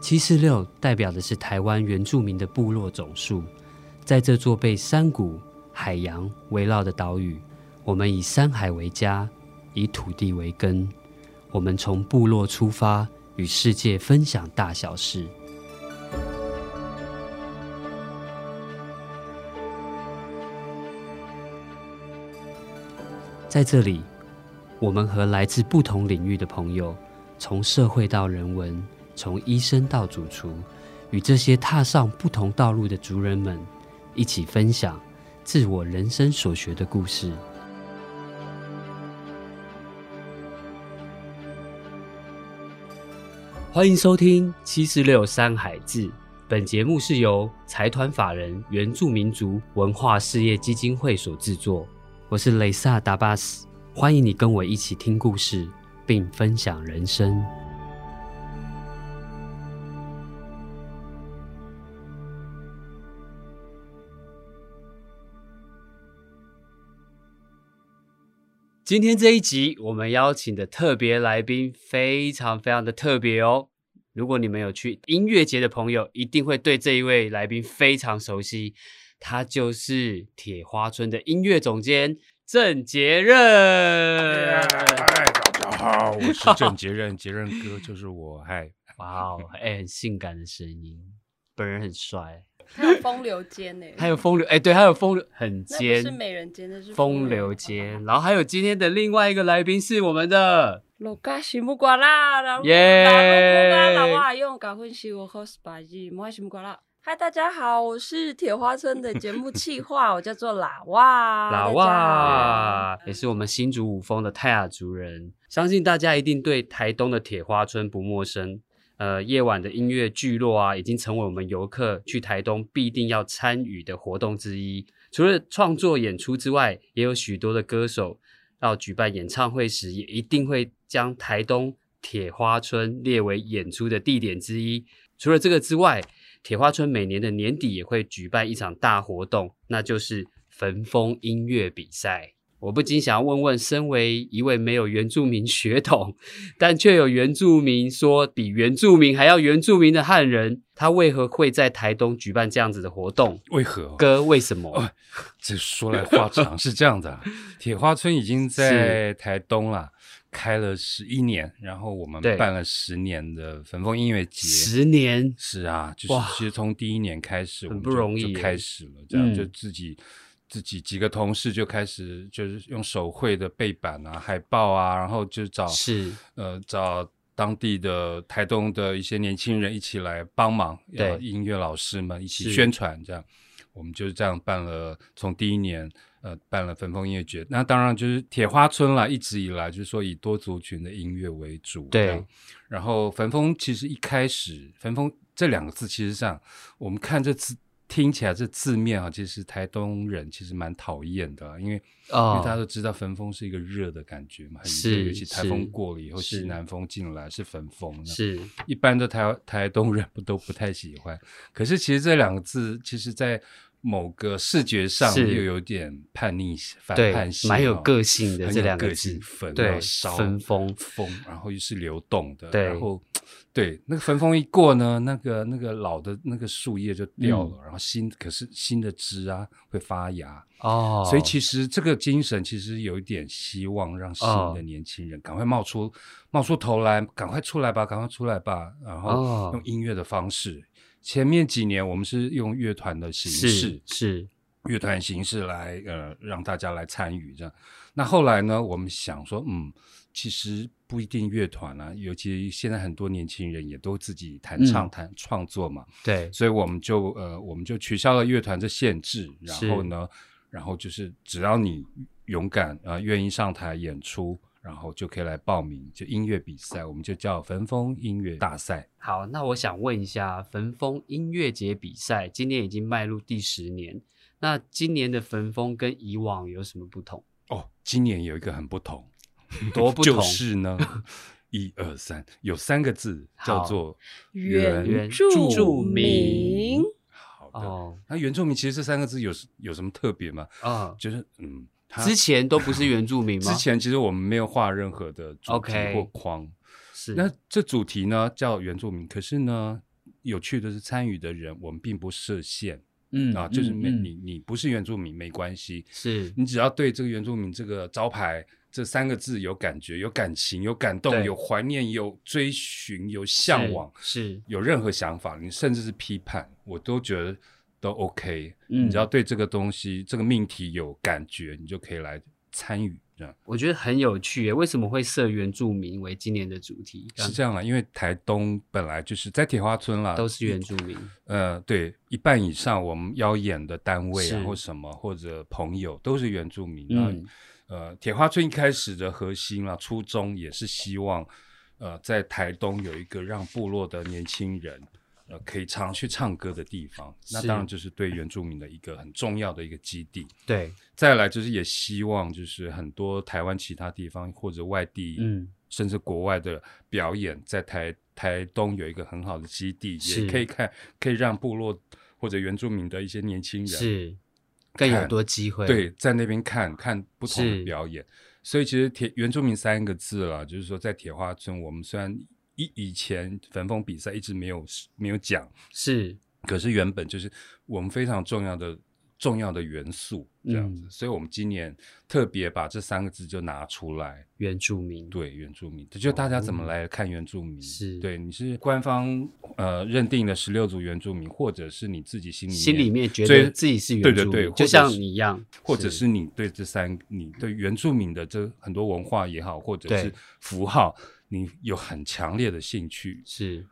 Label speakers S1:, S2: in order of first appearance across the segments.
S1: 七四六代表的是台湾原住民的部落总数。在这座被山谷、海洋围绕的岛屿，我们以山海为家，以土地为根。我们从部落出发，与世界分享大小事。在这里，我们和来自不同领域的朋友，从社会到人文，从医生到主厨，与这些踏上不同道路的族人们一起分享自我人生所学的故事。欢迎收听《七十六山海志》。本节目是由财团法人原住民族文化事业基金会所制作。我是雷萨达巴斯，欢迎你跟我一起听故事，并分享人生。今天这一集，我们邀请的特别来宾非常非常的特别哦。如果你们有去音乐节的朋友，一定会对这一位来宾非常熟悉。他就是铁花村的音乐总监郑杰任。
S2: 嗨，大家哎好，我是郑杰任，杰任哥就是我。嗨，
S1: 哇哦，哎，很性感的声音，本人很帅，
S3: 还有风流间呢、
S1: 还有风流，哎，对，还有风流，很
S3: 那不是
S1: 尖，
S3: 美人间，那是
S1: 风流。间。然后还有今天的另外一个来宾是我们的，
S3: 罗嘎西木瓜啦，然后
S1: 耶
S3: 然后我用搞混西我喝斯巴吉莫西木瓜啦。嗨，大家好，我是铁花村的节目企划，我叫做喇哇。
S1: 喇
S3: 大
S1: 哇
S3: 家好，
S1: 也是我们新竹五峰的泰雅族人，相信大家一定对台东的铁花村不陌生。呃，夜晚的音乐聚落啊，已经成为我们游客去台东必定要参与的活动之一。除了创作演出之外，也有许多的歌手要举办演唱会时，也一定会将台东铁花村列为演出的地点之一。除了这个之外，铁花村每年的年底也会举办一场大活动，那就是焚风音乐比赛。我不禁想要问问，身为一位没有原住民血统， 但却有原住民说比原住民还要原住民的汉人，他为何会在台东举办这样子的活动？
S2: 为何、哦？
S1: 哥，为什么
S2: 哦？这说来话长，是这样的啊、铁花村已 经在台东啦，开了十一年，然后我们
S1: 对
S2: 办了十年的焚风音乐节。
S1: 十年，
S2: 是啊，就
S1: 哇
S2: 是其实从第一年开始，我
S1: 很
S2: 们
S1: 不
S2: 就
S1: 容易
S2: 就
S1: 耶
S2: 开始了，这样
S1: 嗯
S2: 就自己、自己几个同事就开始就是用手绘的背板啊、海报啊，然后就找
S1: 是
S2: 呃找当地的台东的一些年轻人一起来帮忙，
S1: 对
S2: 呃音乐老师们一起
S1: 是
S2: 宣传，这样我们就是这样办了，从第一年呃办了焚风音乐节，那当然就是铁花村啦，一直以来就是说以多族群的音乐为主，
S1: 对
S2: 这样，然后焚风其实一开始焚风这两个字其实上我们看这字。听起来这字面啊，其实台东人其实蛮讨厌的啊，因为因
S1: 哦
S2: 为大家都知道焚风是一个热的感觉嘛，很
S1: 是
S2: 热，尤其台
S1: 是
S2: 风过了以后，
S1: 是
S2: 西南风进来是焚风，那
S1: 是
S2: 一般的台台东人不都不太喜欢。 可是其实这两个字，其实在某个视觉上
S1: 是
S2: 又有点叛逆反
S1: 对
S2: 叛，性哦，
S1: 蛮有个性的
S2: 很
S1: 这
S2: 有
S1: 两个
S2: 个
S1: 字
S2: 性，焚然
S1: 对
S2: 后，烧
S1: 焚风
S2: 风，然后又是流动的，
S1: 对
S2: 然后对那个焚风一过呢，那个那个老的那个树叶就掉
S1: 嗯
S2: 了，然后新可是新的枝啊会发芽，
S1: 哦，
S2: 所以其实这个精神其实有一点希望，让新
S1: 哦
S2: 的年轻人赶快冒出、冒出头来，赶快出来吧，赶快出来吧，然
S1: 哦
S2: 后用音乐的方式。前面几年我们是用乐团的形
S1: 是
S2: 式，
S1: 是
S2: 乐团形式来呃让大家来参与这样。那后来呢，我们想说，嗯，其实不一定乐团啊，尤其现在很多年轻人也都自己弹唱、
S1: 嗯
S2: 弹创作嘛，
S1: 对，
S2: 所以我们就呃，我们就取消了乐团的限制，然
S1: 是
S2: 后呢，然后就是只要你勇敢呃，愿意上台演出，然后就可以来报名就音乐比赛，我们就叫焚风音乐大赛。
S1: 好，那我想问一下，焚风音乐节比赛今年已经迈入第十年，那今年的焚风跟以往有什么不同？
S2: 哦，今年有一个很不同，
S1: 多不
S2: 就
S1: 同？
S2: 是呢， 一二三，有三个字
S1: 好
S2: 叫做
S3: 原
S1: 住
S3: 住
S1: 民
S3: 民，
S2: 好的。
S1: 哦，
S2: 那原住民其实这三个字有有什么特别吗？
S1: 嗯，
S2: 就是嗯，它
S1: 之前都不是原住民吗？
S2: 之前其实我们没有画任何的主题
S1: OK
S2: 或框。
S1: 是
S2: 那这主题呢叫原住民，可是呢，有趣的是，参与的人我们并不设限
S1: 嗯
S2: 啊，就是
S1: 嗯
S2: 没
S1: 嗯
S2: 你你不是原住民没关系，
S1: 是
S2: 你只要对这个原住民这个招牌这三个字有感觉、有感情、有感动、
S1: 对
S2: 有怀念、有追寻、有向往，
S1: 是
S2: 有任何想法，你甚至是批判，我都觉得都 OK。
S1: 嗯
S2: 你只要对这个东西、这个命题有感觉，你就可以来参与。这样
S1: 我觉得很有趣耶，为什么会设原住民为今年的主题？
S2: 是这样啊啦，因为台东本来就是在铁花村啦，
S1: 都是原住民，
S2: 呃，对，一半以上我们邀演的单位啊，
S1: 是
S2: 或什么或者朋友都是原住民。
S1: 嗯
S2: 那呃，铁花村一开始的核心啊，初衷也是希望，呃，在台东有一个让部落的年轻人，呃，可以常去唱歌的地方。那
S1: 是
S2: 当然就是对原住民的一个很重要的一个基地。
S1: 对，
S2: 再来就是也希望就是很多台湾其他地方或者外地，
S1: 嗯，
S2: 甚至国外的表演，在台台东有一个很好的基地，
S1: 是
S2: 也可以看，可以让部落或者原住民的一些年轻人
S1: 是更有多机会，
S2: 对在那边看看不同
S1: 是
S2: 的表演。所以其实铁原住民三个字啦，就是说在铁花村，我们虽然以以前焚风比赛一直没有没有讲，
S1: 是
S2: 可是原本就是我们非常重要的重要的元素这样子，
S1: 嗯
S2: 所以我们今年特别把这三个字就拿出来，
S1: 原住民，
S2: 对原住民，这就大家怎么来看原住民？
S1: 哦是
S2: 对你是官方呃认定的十六族原住民，或者是你自己心里面
S1: 心里面觉
S2: 最
S1: 得自己是
S2: 嗯对
S1: 原
S2: 对
S1: 住民，
S2: 对，或
S1: 就
S2: 者
S1: 像
S2: 是
S1: 你一样，
S2: 或者是你对这三你对原住民的这很多文化也好，或者
S1: 对
S2: 是符号，你有很强烈的兴趣，
S1: 是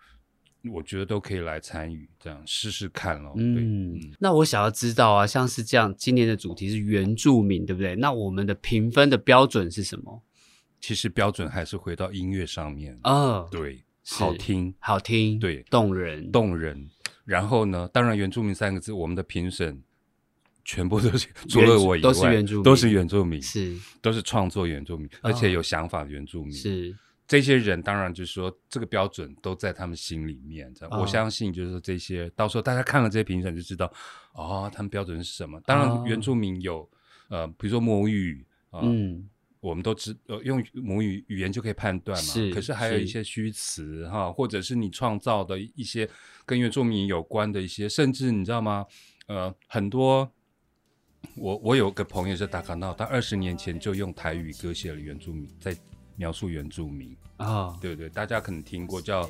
S2: 我觉得都可以来参与，这样试试看咯。哦对，
S1: 嗯，那我想要知道啊，像是这样，今年的主题是原住民，对不对？那我们的评分的标准是什么？
S2: 其实标准还是回到音乐上面，
S1: 哦，
S2: 对，
S1: 是
S2: 好听，
S1: 好听，
S2: 对
S1: 动人，
S2: 动人。然后呢，当然“原住民”三个字，我们的评审全部 都是除了我以外
S1: 都是原住民
S2: 都是原住民，
S1: 是嗯
S2: 都是创作原住民，而且有想法的原住民。
S1: 是，
S2: 这些人，当然就是说这个标准都在他们心里面。这样
S1: 哦
S2: 我相信就是说这些，到时候大家看了这些评审就知道，哦，他们标准是什么。当
S1: 哦
S2: 然，原住民有呃，比如说母语啊。呃
S1: 嗯，
S2: 我们都知呃用母语语言就可以判断嘛，
S1: 是
S2: 可是还有一些虚词哈，或者是你创造的一些跟原住民有关的一些，甚至你知道吗？呃，很多我我有个朋友是达卡闹，他二十年前就用台语歌写了原住民，在描述原住民，
S1: 哦，
S2: 对不对？大家可能听过叫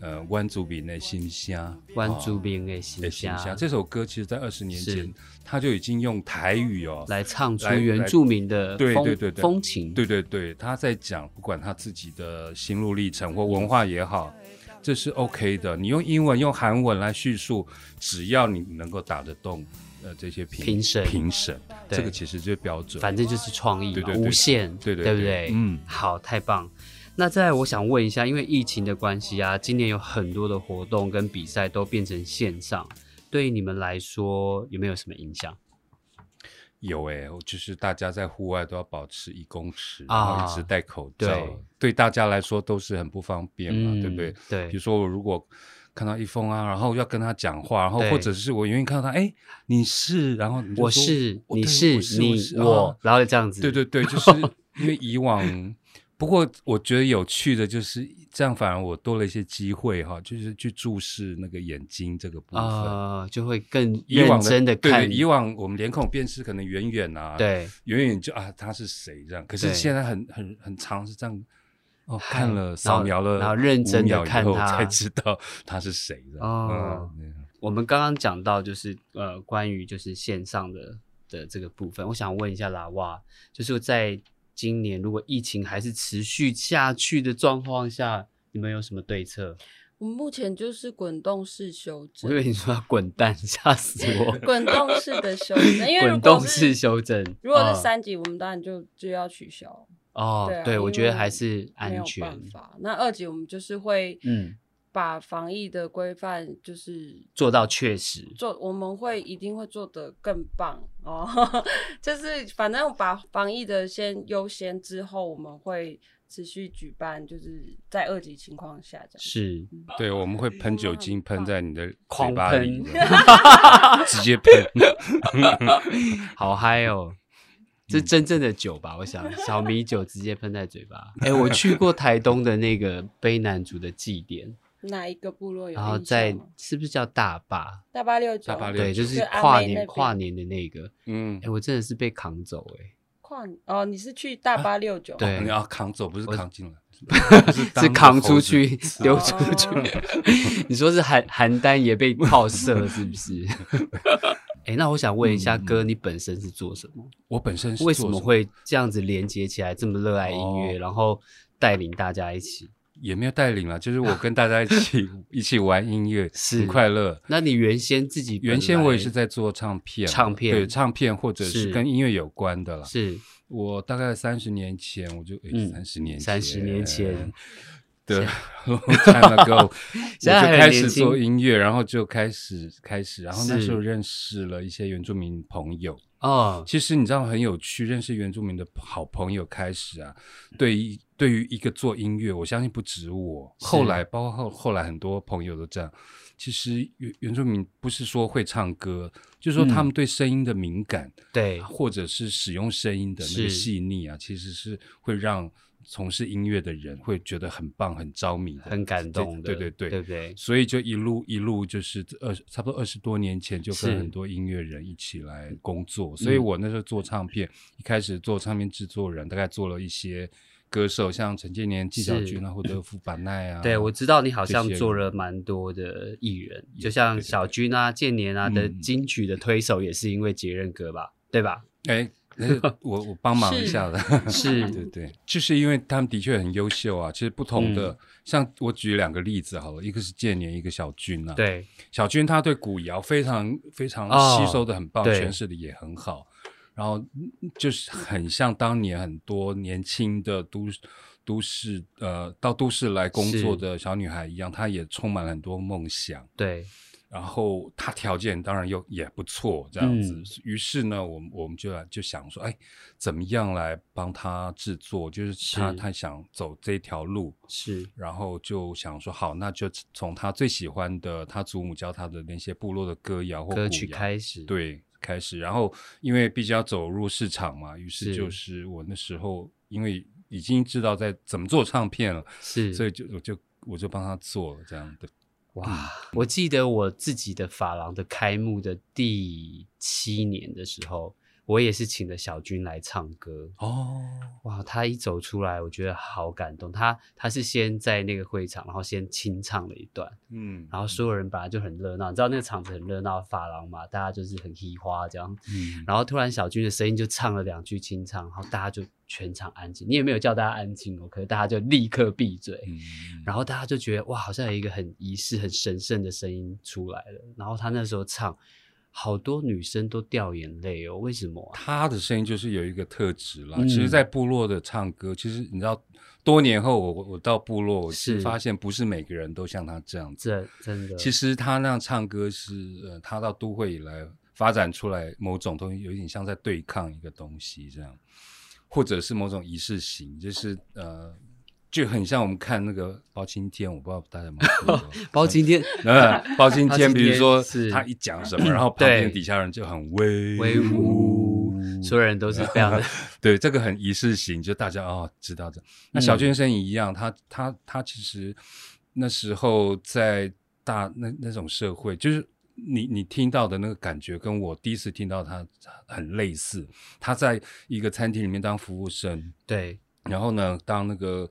S2: 呃湾族比内心虾，啊
S1: 关注兵的
S2: 内
S1: 形
S2: 心
S1: 象
S2: 虾这首歌，其实在二十年
S1: 是
S2: 前他就已经用台语哦
S1: 来唱出
S2: 来
S1: 原
S2: 来
S1: 住民的
S2: 对
S1: 风
S2: 对对对
S1: 风情，
S2: 对对对，他在讲，不管他自己的心路历程或文化也好，这是 OK 的。你用英文、用韩文来叙述，只要你能够打得动，呃，这些评
S1: 评审
S2: 评审，
S1: 对
S2: 这个其实就是标准。
S1: 反正就是创意嘛，
S2: 对对对
S1: 无限，
S2: 对
S1: 对
S2: 对对
S1: 不对？
S2: 嗯
S1: 好，太棒。那再来我想问一下，因为疫情的关系啊，今年有很多的活动跟比赛都变成线上，对于你们来说有没有什么影响？
S2: 有诶、就是大家在户外都要保持一公尺，
S1: 啊
S2: 然后一直戴口罩，
S1: 对嗯
S2: 对大家来说都是很不方便嘛，对不对？？
S1: 对
S2: 比如，说我如果看到一封啊，然后要跟他讲话，然后
S1: 对
S2: 或者是我远远看到他，哎，你是，然后你就
S1: 我
S2: 说
S1: 是
S2: 我
S1: 你
S2: 对
S1: 是
S2: 我是
S1: 你
S2: 我是
S1: 我
S2: 啊，
S1: 然后这样子，
S2: 对对 对，就是因为以往，不过我觉得有趣的就是这样，反而我多了一些机会哈，就是去注视那个眼睛这个部分。
S1: 啊，就会更
S2: 以
S1: 认
S2: 往
S1: 真的
S2: 对
S1: 看
S2: 对，以往我们脸孔辨识可能远远啊，，
S1: 对
S2: 远远就啊他是谁这样，可是
S1: 对
S2: 现在很很很长是这样。哦，
S1: 嗨
S2: 看了
S1: 然
S2: 扫
S1: 后
S2: 描了，
S1: 然后认真地看他
S2: 才知道他是谁的。
S1: 哦
S2: 嗯，
S1: 我们刚刚讲到就是呃，关于就是线上的的这个部分，我想问一下拉哇，就是在今年如果疫情还是持续下去的状况下，你们有什么对策？
S3: 我们目前就是滚动式修
S1: 我以为
S3: 正，
S1: 你说要滚蛋，吓死我！
S3: 滚动式的修正，因为如
S1: 滚
S3: 果
S1: 动式
S3: 是
S1: 修正，
S3: 如果是
S1: 嗯
S3: 三级，我们当然就就要取消，
S1: 哦，
S3: 对啊
S1: 对，
S3: 因
S1: 我
S3: 为
S1: 觉得还是
S3: 没
S1: 安
S3: 有办
S1: 全，
S3: 法。那二级我们就是会
S1: 嗯，
S3: 把防疫的规范就是
S1: 做到确实，
S3: 做，我们会一定会做得更棒哦。 就是反正把防疫的先优先，之后我们会持续举办，就是在二级情况下这样。
S1: 是
S3: 嗯
S2: 啊对，我们会喷酒精喷在你的
S1: 狂
S2: 嘴巴里
S1: 喷
S2: 面， 直接 喷。
S1: 好嗨哦！这真正的酒吧，我 想小 米酒直接喷在嘴巴。哎、我去过台东的那个卑南族的祭典，
S3: 哪一个部落有印
S1: 然
S3: 象吗？
S1: 后在是不是叫大坝？
S3: 大八六九，
S2: 大八六
S1: 对，
S2: 对
S1: 就是
S3: 就阿
S1: 跨
S3: 妹那
S1: 年
S3: 边
S1: 跨年的那个，
S2: 嗯
S1: 哎、，我真的是被扛走哎、
S3: 跨哦，你是去大八六九？
S1: 啊对
S2: 你要扛走，不是
S1: 我
S2: 扛 进来，不是当
S1: 是扛出
S2: 猴子
S1: 去
S2: 吃
S1: 丢出去
S3: 哦。
S1: 你说是邯邯郸也被炮射是不是？哎、那我想问一下
S2: 嗯嗯
S1: 哥，你本身是做什么？
S2: 我本身是
S1: 为什
S2: 做
S1: 么会这样子连接起来，这么热爱音乐，
S2: 哦
S1: 然后带领大家一起？
S2: 也没有带领了， 就是我跟大家一起 一起玩音乐，
S1: 是
S2: 很快乐。
S1: 那你原先自己本
S2: 原先我也是
S1: 来
S2: 在做唱片，啊
S1: 唱片
S2: 对唱片或者
S1: 是
S2: 是跟音乐有关的啦。
S1: 是
S2: 我大概三十年前，我就哎
S1: 嗯
S2: 三十年
S1: 30年前
S2: 对 ，long time ago，我
S1: 现
S2: 就
S1: 在还很
S2: 开
S1: 年
S2: 始
S1: 轻
S2: 做音乐，然后就开始开始，然后那
S1: 是
S2: 时候认识了一些原住民朋友。
S1: 哦，
S2: 其实你知道很有趣，认识原住民的好朋友开始啊，对于对于一个做音乐，我相信不止我，
S1: 是
S2: 后来包括后后来很多朋友都这样。其实原原住民不是说会唱歌，就是说
S1: 嗯
S2: 他们对声音的敏感，
S1: 对，
S2: 或者是使用声音的那
S1: 是
S2: 个细腻啊，其实是会让从事音乐的人会觉得很棒、很着迷的、
S1: 很感动的，
S2: 对对对
S1: 对不对？
S2: 所以就一路一路就是二十差不多二十多年前就跟
S1: 是嗯
S2: 很多音乐人一起来工作，所以我那时候做唱片，一开始做唱片制作人，大概做了一些歌手，像陈建年、纪晓君啊，或者傅板奈啊，
S1: 对，我知道你好
S2: 这
S1: 像
S2: 些
S1: 做
S2: 人
S1: 了蛮多的艺人，
S2: 也
S1: 就像
S2: 对对
S1: 小
S2: 对
S1: 军啊、建年啊的
S2: 嗯
S1: 金曲的推手，也是因为杰任哥吧，对吧？
S2: 哎。那是我我帮忙一下的，
S1: 是
S2: 对对，就是因为他们的确很优秀啊。其实不同的，
S1: 嗯
S2: 像我举两个例子好了，一个是建年，一个小军啊。，
S1: 对，
S2: 小军他对古谣非常非常
S1: 哦
S2: 吸收的很棒，
S1: 对
S2: 诠释的也很好，然后嗯就是很像当年很多年轻的都都市呃到都市来工作的小女孩一样，她也充满了很多梦想，
S1: 对，
S2: 然后她条件当然又也不错，这样子。
S1: 嗯
S2: 于是呢，我们我们就来就想说，哎，怎么样来帮她制作？就是她
S1: 是
S2: 她想走这条路，
S1: 是，
S2: 然后就想说，好，那就从他最喜欢的他祖母教他的那些部落的歌谣或
S1: 歌
S2: 古
S1: 曲
S2: 谣
S1: 开始，，
S2: 对开始，然后因为毕竟要走入市场嘛，于
S1: 是
S2: 是就是我那时候因为已经知道在怎么做唱片了，
S1: 是，
S2: 所以就我就我就帮他做了这样的。
S1: 哇，
S2: 嗯
S1: 我记得我自己的发廊的开幕的第七年的时候，我也是请了小军来唱歌。
S2: 哦，
S1: 哇，他一走出来，我觉得好感动。他他是先在那个会场，然后先清唱了一段，
S2: 嗯，
S1: 然后所有人本来就很热闹，你知道那个场子很热闹，发廊嘛，大家就是很嘻花这样。
S2: 嗯，
S1: 然后突然小军的声音就唱了两句清唱，然后大家就全场安静。你也没有叫大家安静哦，可是大家就立刻闭嘴。
S2: 嗯
S1: 然后大家就觉得哇，好像有一个很仪式、很神圣的声音出来了。然后他那时候唱，好多女生都掉眼泪哦，为什么啊？
S2: 他的声音就是有一个特质啦。
S1: 嗯
S2: 其实，在部落的唱歌，其实你知道，多年后我我我到部落，我
S1: 是
S2: 是发现不是每个人都像他这样子。
S1: 这真的，
S2: 其实他那样唱歌是，呃，他到都会以来发展出来某种东西，有点像在对抗一个东西这样，或者是某种仪式型，就是呃，就很像我们看那个包青天，我不知道大家有没有看过
S1: 包今天
S2: 呃，包青天，比
S1: 包
S2: 如说
S1: 青天是
S2: 他一讲什么，然后旁边
S1: 对
S2: 底下人就很威
S1: 威武，
S2: 嗯
S1: 所有人都是非 常的
S2: 对，这个很仪式型，就大家哦知道这。那小娟生也一样，他他他其实那时候在大那那种社会，就是你你听到的那个感觉，跟我第一次听到他很类似。他在一个餐厅里面当服务生，
S1: 对，
S2: 然后呢，当那个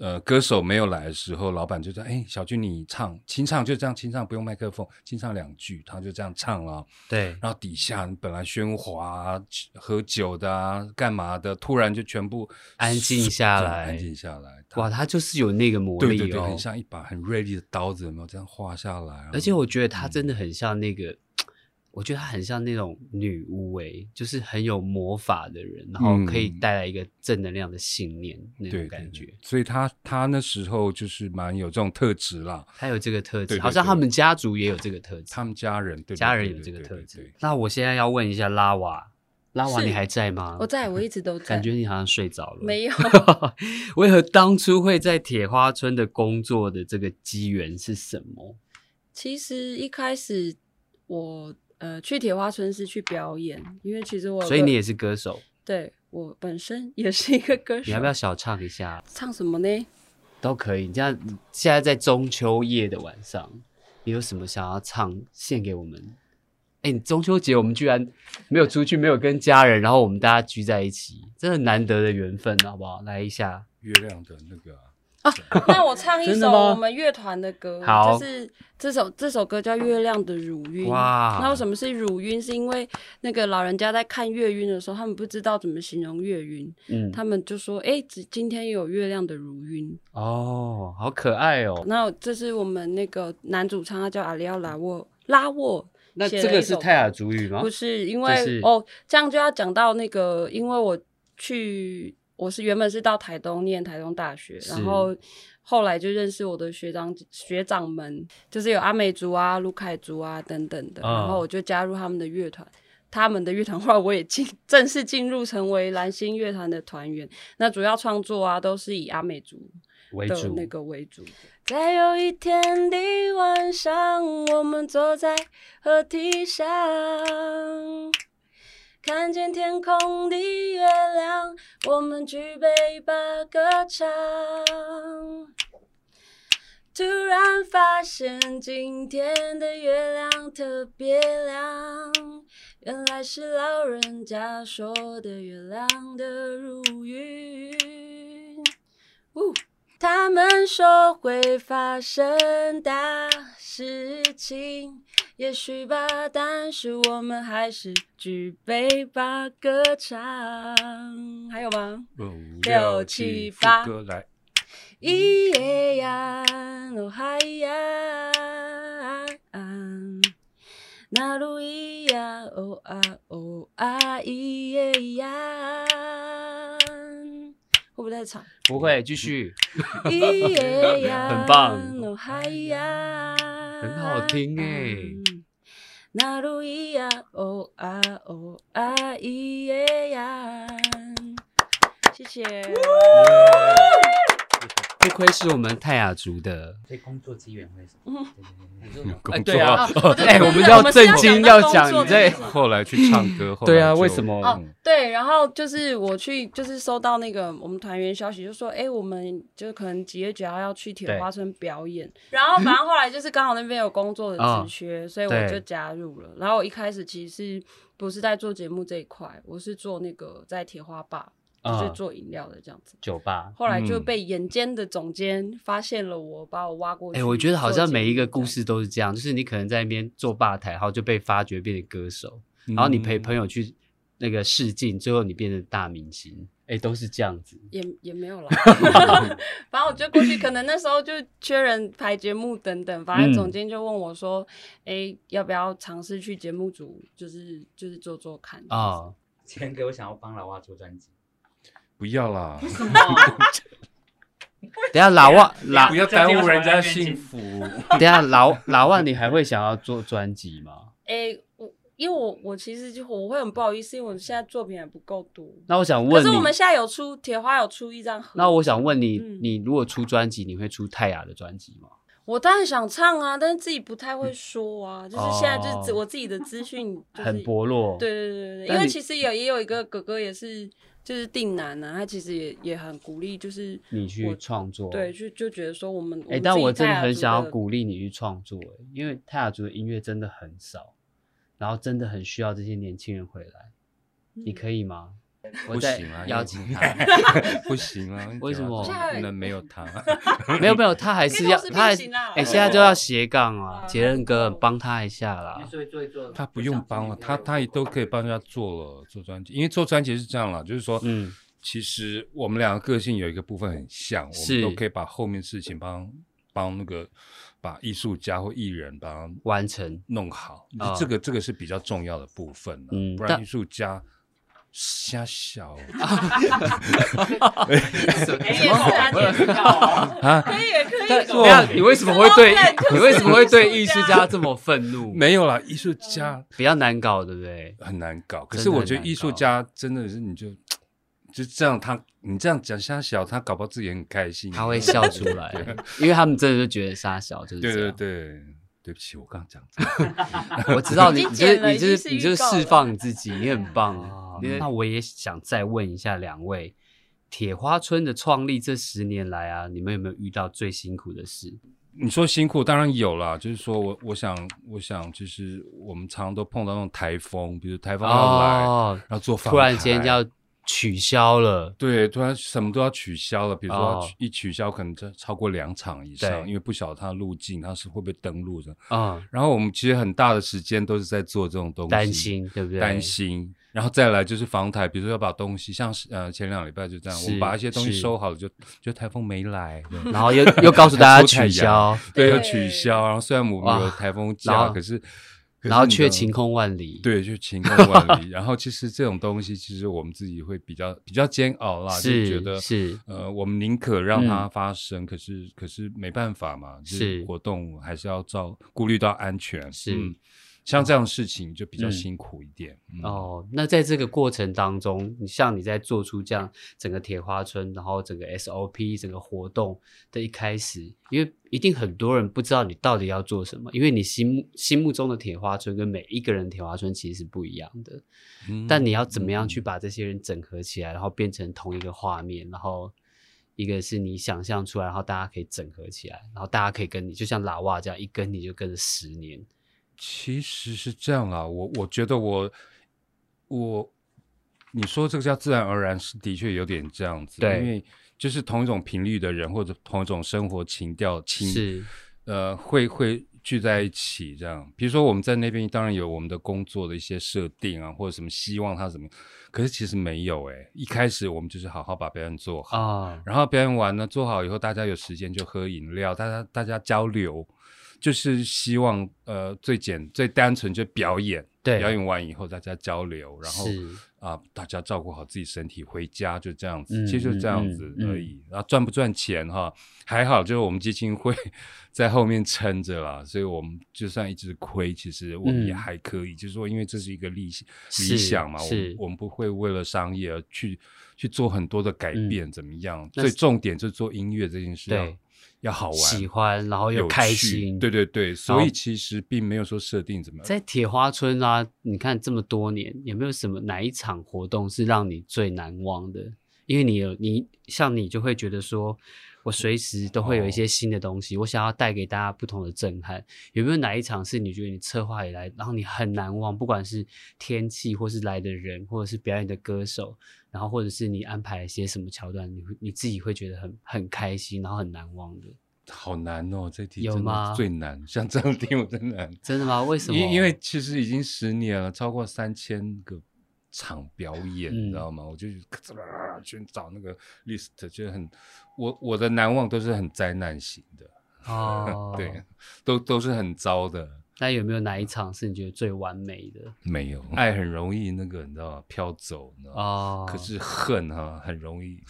S2: 呃歌手没有来的时候，老板就说：“哎，小军你唱清唱，就这样清唱，不用麦克风，清唱两句。”他就这样唱啊了。
S1: 对，
S2: 然后底下本来喧哗、啊、喝酒的啊、干嘛的，突然就全部
S1: 安静下来
S2: 安静下来。
S1: 哇，他就是有那个魔
S2: 对
S1: 力
S2: 对对，
S1: 哦
S2: 很，像一把很锐利的刀子，有没有这样划下来？啊然后
S1: 而且我觉得
S2: 嗯
S1: 他真的很像那个。我觉得他很像那种女巫诶、就是很有魔法的人，然后可以
S2: 嗯
S1: 带来一个正能量的信念那种
S2: 对对
S1: 感觉。
S2: 对所以他他那时候就是蛮有这种特质啦。
S1: 他有这个特质，
S2: 对对
S1: 好像
S2: 对
S1: 他们家族也有这个特质。
S2: 他们家人对对
S1: 家人
S2: 对
S1: 有这
S2: 对
S1: 个
S2: 对
S1: 特
S2: 对
S1: 质
S2: 对。
S1: 那我现在要问一下拉瓦，拉瓦
S3: 是
S1: 你还在吗？
S3: 哦我在，我一直都在。
S1: 感觉你好像睡着了。
S3: 没有
S1: 为何当初会在铁花村的工作的这个机缘是什么？
S3: 其实一开始我呃去铁花村是去表演，因为其实我有
S1: 所以
S3: 个
S1: 你也是歌手，
S3: 对我本身也是一个歌手。
S2: 啊
S1: 你要不要小唱一下？啊
S3: 唱什么呢？
S1: 都可以。你这样现在在中秋夜的晚上，你有什么想要唱献给我们？哎，你中秋节我们居然没有出去，没有跟家人，然后我们大家聚在一起，真的难得的缘分，好不好？来一下，
S2: 月亮的那个啊、
S3: 那我唱一
S1: 真的
S3: 首
S1: 吗
S3: 我们乐团的歌，
S1: 好
S3: 就是这首这首歌叫《月亮的乳晕》。
S1: 哇
S3: 那为什么是乳晕？是因为那个老人家在看月晕的时候，他们不知道怎么形容月晕，
S1: 嗯，
S3: 他们就说：“哎、只今天有月亮的乳晕。
S1: 哦，好可爱哦。
S3: 那这是我们那个男主唱，他叫阿里奥拉沃拉沃。
S1: 那
S3: 写
S1: 这
S3: 了
S1: 个
S3: 一
S1: 是
S3: 首
S1: 泰雅族语吗
S3: 不？是，
S1: 就
S3: 因为、
S1: 是
S3: 哦，这样就要讲到那个，因为我去，我是原本是到台东念台东大学，
S1: 是
S3: 然后后来就认识我的学长学长们，就是有阿美族啊、卢凯族啊等等的，
S1: 啊
S3: 然后我就加入他们的乐团。他们的乐团后来我也进正式进入成为蓝星乐团的团员，那主要创作啊都是以阿美族
S1: 为
S3: 的
S1: 主
S3: 那个为主。在有一天的晚上，我们坐在河堤上，看见天空的月亮，我们举杯吧歌唱。突然发现今天的月亮特别亮，原来是老人家说的月亮的如云。呜他们说会发生大事情，也许吧，但是我们还是举杯吧，歌唱。还有吗？
S2: 五
S3: 六七八
S2: 副歌来，
S3: 咿耶呀，哦嗨呀，啊那路咿呀，哦啊哦啊咿耶呀，会不会太长？
S1: 不会，继续，
S3: 很
S1: 很棒
S3: 很
S1: 很好听欸。
S3: 那路咿呀哦啊哦啊咿耶呀，谢谢。
S1: 哦不愧是我们泰雅族的。
S4: 所以工作资源会什
S3: 嗯
S4: 么？对对对对
S1: 哎，
S2: 工作
S1: 对啊，哎，我们
S3: 对
S1: 就要
S3: 我们是
S1: 正
S3: 要
S1: 经，
S3: 讲到
S1: 要
S3: 工
S1: 讲
S3: 作
S1: 你
S3: 的
S1: 在
S3: 部 分
S2: 后来去唱歌，后来
S1: 对啊，
S2: 就
S1: 为什么？
S3: 哦
S2: 嗯，
S3: 对，然后就是我去，就是收到那个我们团员消息，就说，哎，我们就可能几月几号要去铁花村表演。 然后反正后来 就是刚好那边有工作的职缺，所以我就
S1: 嗯对
S3: 加入了。然后我一开始其实不是在做节目这一块，我是做那个在铁花坝，就是
S1: 啊
S3: 做饮料的这样子。
S1: 酒吧。
S3: 后来就
S2: 嗯
S3: 被眼尖的总监发现了我，把我挖过去。
S1: 哎、我觉得好像每一个故，事都是这样，就是你可能在那边做吧台，然后就被发掘变成歌手，然
S2: 嗯
S1: 后你陪朋友去那个试镜，最后你变成大明星，哎、都是这样子。
S3: 也也没 有啦， 反正我就过去，可能那时候就缺人排节目等等，反正
S1: 嗯
S3: 总监就问我说：“哎、要不要尝试去节目组，就是就是做做看
S1: 啊、
S3: 啊
S4: 钱给我想要帮老蛙做专辑，
S2: 不要啦，
S1: 等一下老万老，
S2: 不
S1: 等
S2: 要
S4: 这样
S2: 耽
S4: 有什
S2: 误
S4: 么
S2: 人家
S4: 愿景
S2: 幸福。
S1: 一下老老万，你还会想要做专辑吗？？”
S3: 哎、我因为我我其实就我会很不好意思，因为我现在作品还不够多。
S1: 那我想
S3: 可
S1: 问
S3: 是
S1: 你
S3: 我，们现在有出铁花有出一张合，
S1: 那我想问你，
S3: 嗯
S1: 你如果出专辑，你会出泰雅的专辑吗？
S3: 我当然想唱啊，但是自己不太会说啊，就是现在就是自
S1: 哦
S3: 我自己的资讯、就是、
S1: 很薄弱，
S3: 对对对对对，
S1: 但
S3: 因为
S1: 你
S3: 其实有也有一个哥哥也是，就是定男啊，他其实也也很鼓励，就是
S1: 你
S3: 我
S1: 去创作，
S3: 对，就就觉得说我们，
S1: 哎、但我真的
S3: 的
S1: 很想要鼓励你去创作、欸，因为泰雅族的音乐真的很少，然后真的很需要这些年轻人回来，
S3: 嗯
S1: 你可以吗？我
S2: 不
S1: 再
S2: 行啊，
S1: 邀
S2: 因
S1: 请
S2: 为
S1: 他，
S2: 不行啊，
S1: 为什么
S2: 不能没有他？
S1: 没有没有，他还是要，他还是哎、现在就要斜杠啊，
S3: 啊
S1: 杰任哥帮他一下
S4: 因为
S1: 啦。
S4: 所以做一做，
S2: 他不用帮了，他他也都可以帮人家做了做专辑，因为做专辑是这样了，就是说，
S1: 嗯，
S2: 其实我们两个个性有一个部分很像，我
S1: 是
S2: 们都可以把后面事情帮帮那个把艺术家或艺人帮他
S1: 完 成
S2: 弄好，
S1: 啊
S2: 这个这个是比较重要的部分了，
S1: 嗯
S2: 不
S1: 但
S2: 然艺术家 瞎小
S3: 哎，也是啊，也 是啊，
S2: 啊，
S3: 可以可以
S1: 但
S3: 可
S1: 等一
S3: 以，
S1: 下你为什么会对
S3: 对 就是
S1: 你为什么会对艺
S3: 艺术
S1: 术
S3: 家
S1: 家这么愤怒？
S2: 没有啦，艺术家
S1: 比较难搞，对不对？
S2: 很难搞。可
S1: 真
S2: 是
S1: 的
S2: 我
S1: 很
S2: 觉得
S1: 难
S2: 艺术
S1: 搞
S2: 家真的是你就就这样他，你这样讲瞎小，他搞不好自己也很开心，
S1: 他会
S2: 你知道
S1: 笑
S2: 吗
S1: 出 来，因为他们真的就觉得沙小就是这
S2: 对
S1: 样。
S2: 对对，对不起，我刚刚讲错
S1: 我知道你，
S3: 已经
S1: 你就是
S3: 剪了
S1: 你就是
S3: 已经是
S1: 你就是
S3: 预告了
S1: 释放你自己，你很棒
S4: 哦
S1: 你那我也想再问一下两位，铁花村的创立这十年来啊，你们有没有遇到最辛苦的事？
S2: 你说辛苦当然有啦，就是说我我想我想就是我们常常都碰到那种台风，比如台风要来，
S1: 哦，
S2: 然后做访
S1: 突然间
S2: 谈
S1: 要取消了，
S2: 对，突然什么都要取消了，比如说要
S1: 哦
S2: 取一取消可能超超过两场以上，
S1: 对
S2: 因为不晓得它的路径它是会不会登录的。
S1: 嗯，
S2: 然后我们其实很大的时间都是在做这种东西，
S1: 担心对不对？
S2: 担心，然后再来就是防台，比如说要把东西，像是呃前两礼拜就这样，我们
S1: 是
S2: 把一些东西
S1: 是
S2: 收好了，就就台风没来，对
S1: 然后又又告诉大家
S2: 还出 太
S1: 取消
S2: 阳，对，
S3: 对
S2: 要取消。然后虽然我们有
S1: 哇
S2: 台风
S1: 然
S2: 假，
S1: 后
S2: 可是可是
S1: 然后
S2: 你
S1: 却
S2: 的
S1: 晴空万里。
S2: 对，就晴空万里。然后其实这种东西，其实我们自己会比较比较煎熬啦，就是觉得
S1: 是嗯
S2: 呃，我们宁可让它发生，可是可是没办法嘛，就是
S1: 是
S2: 活动还是要照顾虑到安全，
S1: 是
S2: 嗯像这样的事情就比较
S1: 嗯
S2: 辛苦一点。嗯
S1: 哦，那在这个过程当中，你像你在做出这样整个铁花村，然后整个 SOP 整个活动的一开始，因为一定很多人不知道你到底要做什么，因为你心目心目中的铁花村跟每一个人的铁花村其实是不一样的。
S2: 嗯
S1: 但你要怎么样去
S2: 嗯
S1: 把这些人整合起来，然后变成同一个画面，然后一个是你想象出来，然后大家可以整合起来，然后大家可以跟你，就像喇哇这样一跟你就跟了十年，
S2: 其实是这样啦，我我觉得我我你说这个叫自然而然，是的确有点这样子，
S1: 对
S2: 因为就是同一种频率的人或者同一种生活情调情
S1: 是
S2: 呃，会会聚在一起这样。比如说我们在那边当然有我们的工作的一些设定啊，或者什么希望他怎么，可是其实没有诶、一开始我们就是好好把表演做好，
S1: 啊，
S2: 然后表演完呢做好以后，大家有时间就喝饮料，大家大家交流，就是希望呃最简最单纯就表演，
S1: 对，
S2: 表演完以后大家交流，然后
S1: 是
S2: 啊、大家照顾好自己身体，回家就这样子，
S1: 嗯
S2: 其实就这样
S1: 嗯
S2: 子
S1: 嗯
S2: 而已。然后赚不赚钱哈，还好，就是我们基金会在后面撑着啦，所以我们就算一直亏，其实我们也
S1: 嗯
S2: 还可以。就是说，因为这是一个理想
S1: 是
S2: 理想嘛，我
S1: 是
S2: 们我们不会为了商业而去去做很多的改变，怎么样？
S1: 嗯那
S2: 最
S1: 是
S2: 重点就是做音乐这件事要，
S1: 对
S2: 要好玩，
S1: 喜欢，然后又
S2: 有
S1: 开
S2: 趣
S1: 心，
S2: 对对对，所
S1: 后
S2: 以其实并没有说设定怎么样。
S1: 在铁花村啊，你看这么多年，有没有什么哪一场活动是让你最难忘的？因为你有你像你就会觉得说，我随时都会有一
S2: 哦
S1: 些新的东西，我想要带给大家不同的震撼。有没有哪一场是你觉得你策划以来，然后你很难忘，不管是天气，或是来的人，或者是表演的歌手，然后或者是你安排了一些什么桥段，你会你自己会觉得很很开心，然后很难忘的？
S2: 好难哦，这题
S1: 有
S2: 真的
S1: 吗
S2: 最难，像这样题我真难。
S1: 真的吗？为什么？
S2: 因因为其实已经十年了，超过三千个场表演，
S1: 嗯
S2: 你知道吗？我就咔嚓啦去找那个 list，就很我我的难忘都是很灾难型的，，
S1: 哦
S2: 对，都都是很糟的。
S1: 那有没有哪一场是你觉得最完美的？
S2: 没有爱很容易那个你知道吗？飘走，你知道吗？
S1: 哦，
S2: 可是恨哈、很容易、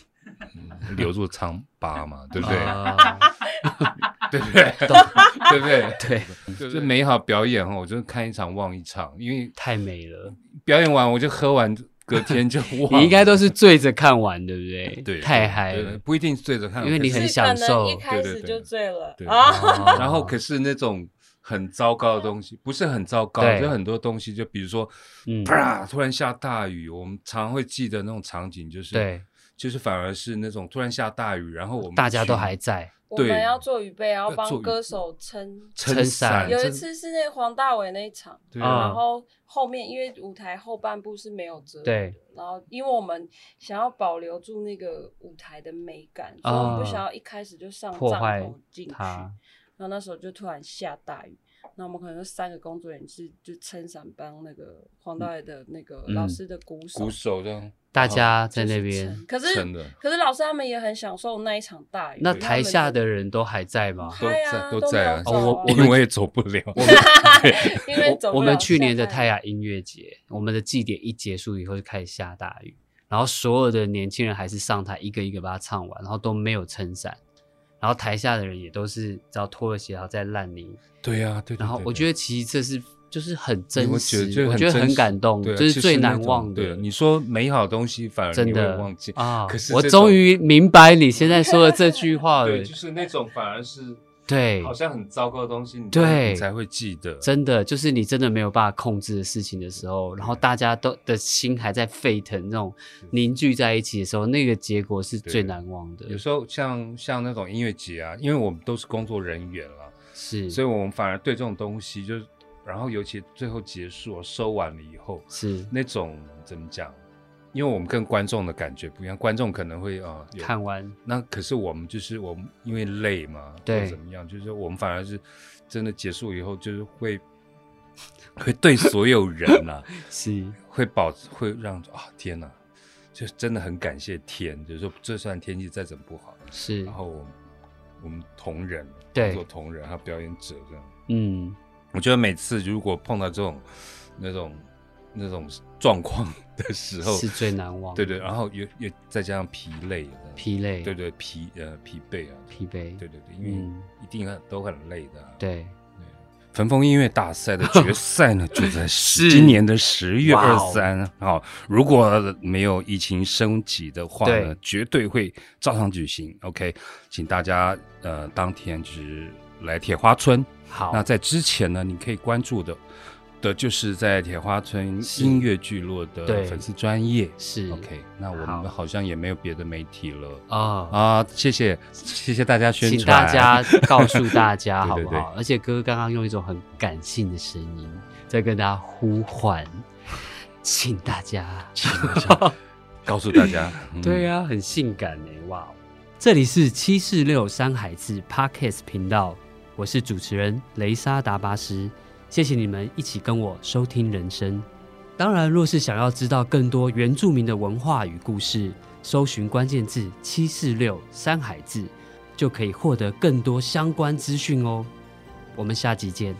S2: 嗯留住疮 疤嘛，对不对？
S1: 啊
S2: 对不对？对不对？
S1: 对，
S2: 这美好表演哦哈，我就看一场忘一场，因为
S1: 太美了，
S2: 表演完我就喝完，隔 天就忘了。
S1: 你应该都是醉着看完，对不对？
S2: 对
S1: 太嗨
S2: 对
S1: 了，
S2: 不一定醉着看，
S1: 因为你
S2: 可
S1: 很
S2: 是
S3: 是
S1: 享
S3: 可能
S1: 受
S3: 一开
S2: 对
S3: 始
S2: 对对
S3: 就醉了
S2: 对
S3: 啊。
S1: 哦
S2: 然后可是那种很糟糕的东西，不是很糟糕，
S1: 对
S2: 就很多东西，就比如说
S1: 嗯，
S2: 啪，突然下大雨，我们常会记得那种场景，就是
S1: 对，
S2: 就是反而是那种突然下大雨，然后我们
S1: 大家都
S2: 去
S1: 还在，
S3: 我
S2: 对
S3: 们要做预备，然后
S2: 要做
S3: 帮
S2: 预
S3: 歌
S2: 备
S3: 手撑。
S1: 撑
S2: 撑
S1: 伞
S2: 伞，
S3: 有一
S2: 撑
S3: 次是那黄大炜那一场，
S2: 对
S1: 啊
S3: 然后后面因为舞台后半部是没有遮的，
S1: 对，
S3: 然后因为我们想要保留住那个舞台的美感，所以我们不想要一开始就上
S1: 啊破
S3: 帐
S1: 坏
S3: 头进去。
S2: 哦
S1: 他
S3: 然后那时候就突然下大雨，那我们可能就三个工作人员是就撑伞帮那个黄大炜的那个
S1: 嗯
S3: 老师的鼓手，
S2: 鼓手这样
S1: 大家在
S3: 就是
S1: 那边
S3: 撑，可
S2: 撑
S3: 是
S2: 的。
S3: 可是老师他们也很享受那一场大雨，
S1: 那
S3: 因为他
S1: 台
S3: 们
S1: 下
S3: 就
S1: 的人都还在吗？
S2: 都
S3: 嗨啊
S2: 在
S3: 都
S2: 在
S3: 没
S2: 啊
S1: 哦
S3: 有，
S1: 我
S3: 走啊
S1: 我
S2: 因为我也走不了，
S3: 因为走
S1: 我
S3: 不
S1: 我
S3: 了
S1: 们去年的
S3: 下大雨
S1: 泰雅音乐节，我们的祭典一结束以后就开始下大雨，然后所有的年轻人还是上台一个一个把它唱完，然后都没有撑伞，然后台下的人也都是只要脱了鞋，然后在烂泥。
S2: 对呀，对。
S1: 然后我觉
S2: 得。
S1: 得其实这是就是很
S2: 对
S1: 真
S2: 我觉
S1: 实
S2: 得，这
S1: 我觉得
S2: 真实
S1: 感动，
S2: 对
S1: 这
S2: 啊
S1: 是
S2: 其
S1: 最
S2: 实那
S1: 难
S2: 种
S1: 忘
S2: 对啊
S1: 的。
S2: 你说美好的东西，反而
S1: 真
S2: 你会
S1: 的
S2: 忘记
S1: 啊！
S2: 可是
S1: 我
S2: 这
S1: 终
S2: 种
S1: 于明白你现在说的这句话了
S2: 对，就。是那种反而是
S1: 对，
S2: 好像很糟糕的东西，你
S1: 对
S2: 你才会记得。
S1: 真的就是你真的没有办法控制的事情的时候，
S2: 嗯
S1: 然后大家都的心还在沸腾，那种凝聚在一起的时候，那个结果是最难忘的
S2: 有。时候像像那种音乐节啊，因为我们都是工作人员了，
S1: 是，
S2: 所以我们反而对这种东西就是，然后尤其最后结束收完了以后，
S1: 是
S2: 那种怎么讲？因为我们跟观众的感觉不一样，观众可能会啊、有
S1: 看完
S2: 那可是我们就是我们因为累嘛，
S1: 对
S2: 或者怎么样，就是我们反而是真的结束以后，就是会会对所有人 呐、
S1: 是
S2: 会保会让啊天呐，就真的很感谢天，就是说就算天气再怎么不好，
S1: 是
S2: 然，后我们我们同仁
S1: 对
S2: 工作同仁还有表演者这样，
S1: 嗯，
S2: 我觉得每次如果碰到这种那种那种状况的时候，
S1: 是最难忘的。
S2: 对对，然后又又再加上疲累，
S1: 疲累，
S2: 对对疲呃疲惫啊，
S1: 疲惫，
S2: 对对对，因为
S1: 嗯，
S2: 一定很都很累的啊、
S1: 对，
S2: 焚风音乐大赛的决赛呢，就 在
S1: 是
S2: 今年的十月
S1: 哇
S2: 二
S1: 哦
S2: 三号。如果没有疫情升级的话呢
S1: 对，
S2: 绝对会照常举行。OK，请大家呃当天就是来铁花村。
S1: 好
S2: 那，在之前呢，你可以关注的的就是在铁花村
S1: 是
S2: 音乐聚落
S1: 对
S2: 的粉丝专业。
S1: 是
S2: OK，那我
S1: 好
S2: 们好像也没有别的媒体了。
S1: 啊。
S2: 啊，谢谢，谢谢大家宣传，
S1: 请大家告诉大家
S2: 对
S1: 好
S2: 对
S1: 不
S2: 对
S1: 好？而且哥哥刚刚用一种很感性的声音在跟大家呼唤，请大家
S2: 告诉大家，嗯
S1: 对呀、很性感哎、哇哦！这里是七四六山海志 Podcast 频道，我是主持人雷莎达巴斯，谢谢你们一起跟我收听人生。当然，若是想要知道更多原住民的文化与故事，搜寻关键字“七四六山海志”，就可以获得更多相关资讯哦。我们下集见，